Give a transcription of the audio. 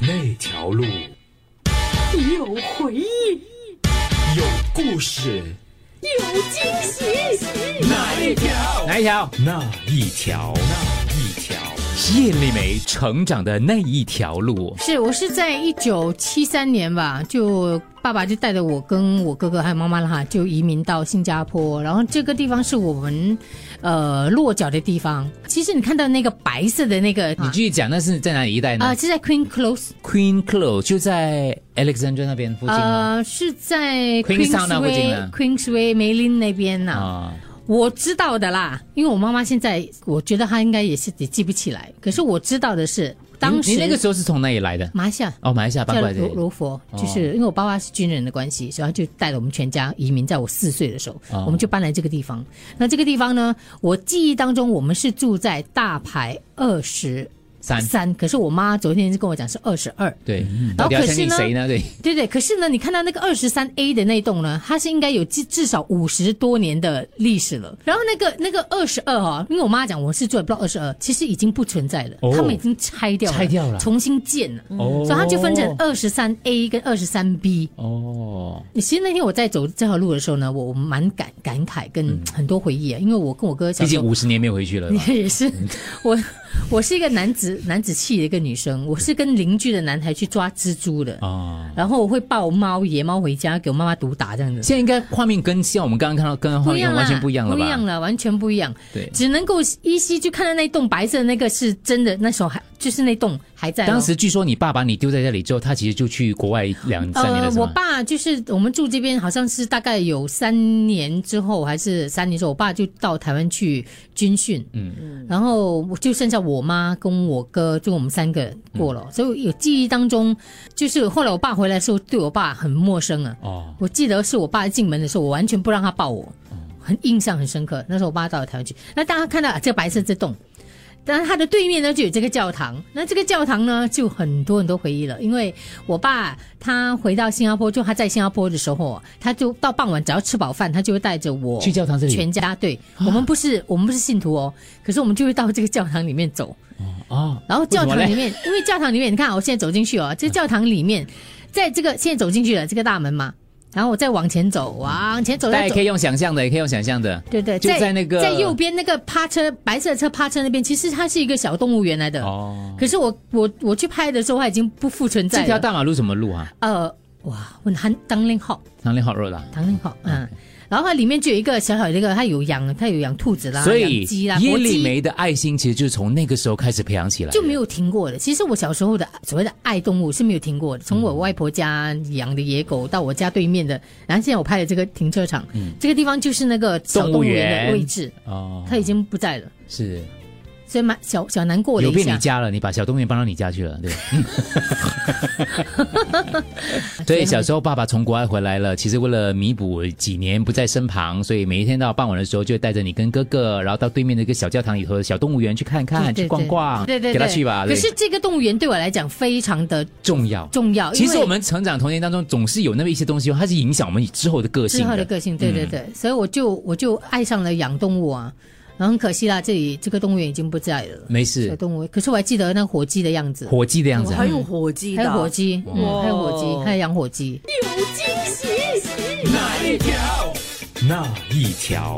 那条路有回忆，有故事，有惊喜。哪一条？哪一条？那一条，那一条。叶丽梅成长的那一条路，是我是在一九七三年吧，就爸爸就带着我跟我哥哥还有妈妈啦哈，就移民到新加坡，然后这个地方是我们呃落脚的地方。其实你看到那个白色的那个，你继续讲，那是在哪一带呢、啊、是在 Queen Close， Queen Close 就在 Alexandra 那边附近吗？呃，是在 Queenstown 那附近 Queensway 啊 Queensway Maylin 那边呐、啊，我知道的啦，因为我妈妈现在，我觉得她应该也是也记不起来。可是我知道的是，当时你你那个时候是从哪里来的？马来西亚哦，马来西亚搬叫过来罗的。罗佛，哦就是因为我爸爸是军人的关系，所以他就带了我们全家移民，在我四岁的时候，哦我们就搬来这个地方。那这个地方呢，我记忆当中我们是住在大排二十三三，可是我妈昨天就跟我讲是二十二。对，然后到底要可相是信呢谁呢？对，对对，可是呢，你看到那个二十三 A 的那一栋呢，它是应该有至至少五十多年的历史了。然后那个那个二十二哈，因为我妈讲我是住在 block 二十二，其实已经不存在了，哦他们已经拆掉了，拆掉了重新建了，哦所以它就分成二十三 A 跟二十三 B。哦，其实那天我在走这条路的时候呢，我我蛮感感慨跟很多回忆啊，因为我跟我哥小嗯毕时竟候五十年没有回去了你嘛。看 也是，我我是一个男子男子气的一个女生，我是跟邻居的男孩去抓蜘蛛的啊，然后我会抱猫野猫回家给我妈妈毒打这样子，现在应该画面跟像我们刚刚看到，刚刚画面啦完全不一样了不吧？一样了，完全不一样。对，只能够依稀就看到那栋白色的那个是真的，那时候还就是那栋还在咯。哦当时据说你爸把你丢在这里之后，他其实就去国外两三年呃了，，是我吗？爸就是我们住这边，好像是大概有三年之后，还是三年之后，我爸就到台湾去军训，嗯，然后我就剩下我妈跟我哥，就我们三个人过嗯了，所以有记忆当中，就是后来我爸回来的时候，对我爸很陌生啊，哦，我记得是我爸进门的时候，我完全不让他抱我，很印象很深刻。那时候我爸到了台湾去，那大家看到、啊、这个白色这栋，当然它的对面呢就有这个教堂。那这个教堂呢就很多很多回忆了，因为我爸他回到新加坡，就他在新加坡的时候啊，他就到傍晚只要吃饱饭，他就会带着我去教堂这里啊全家。对我们不是我们不是信徒哦，可是我们就会到这个教堂里面走。哦，然后教堂为什里么嘞面，因为教堂里面，你看啊我现在走进去哦，这教堂里面，在这个现在走进去了这个大门嘛，然后我再往前走，往前走，大家再也走可，以用想象的，也可以用想象的。对对，就在那个在右边那个趴车白色的车趴车那边，其实它是一个小动物园来的。哦，可是我我我去拍的时候，它已经不复存在这了。条大马路什么路啊？呃，哇，问韩当令号，唐林好热啦。当令号，嗯。然后它里面就有一个小小的一个，它有养，它有养兔子啦，所养以鸡啦，耶国利鸡梅的爱心其实就是从那个时候开始培养起来的，就没有停过的。其实我小时候的所谓的爱动物是没有停过的，嗯从我外婆家养的野狗到我家对面的，然后现在我拍的这个停车场，嗯这个地方就是那个小动物园的位置，哦，它已经不在了，是所以蛮小小难过了有一变你下。家了，你把小动物园搬到你家去了，对。 嗯所以小时候爸爸从国外回来了，其实为了弥补几年不在身旁，所以每一天到傍晚的时候，就会带着你跟哥哥，然后到对面的一个小教堂里头的小动物园去看看、对去逛逛，对对对，给他去吧。可对是这个动物园对我来讲非常的重要。重要，其因实为我们成长童年当中，总是有那么一些东西，它是影响我们之后的个性之后的的。嗯个性，对对对，所以我就我就爱上了养动物啊，然后很可惜啦，这里这个动物园已经不在了，没小事，动物园，可是我还记得那火鸡的样子，嗯火鸡的样我子啊，还有火鸡还的有火鸡，嗯，哇还有火鸡，还有养火鸡。那一条，那一条。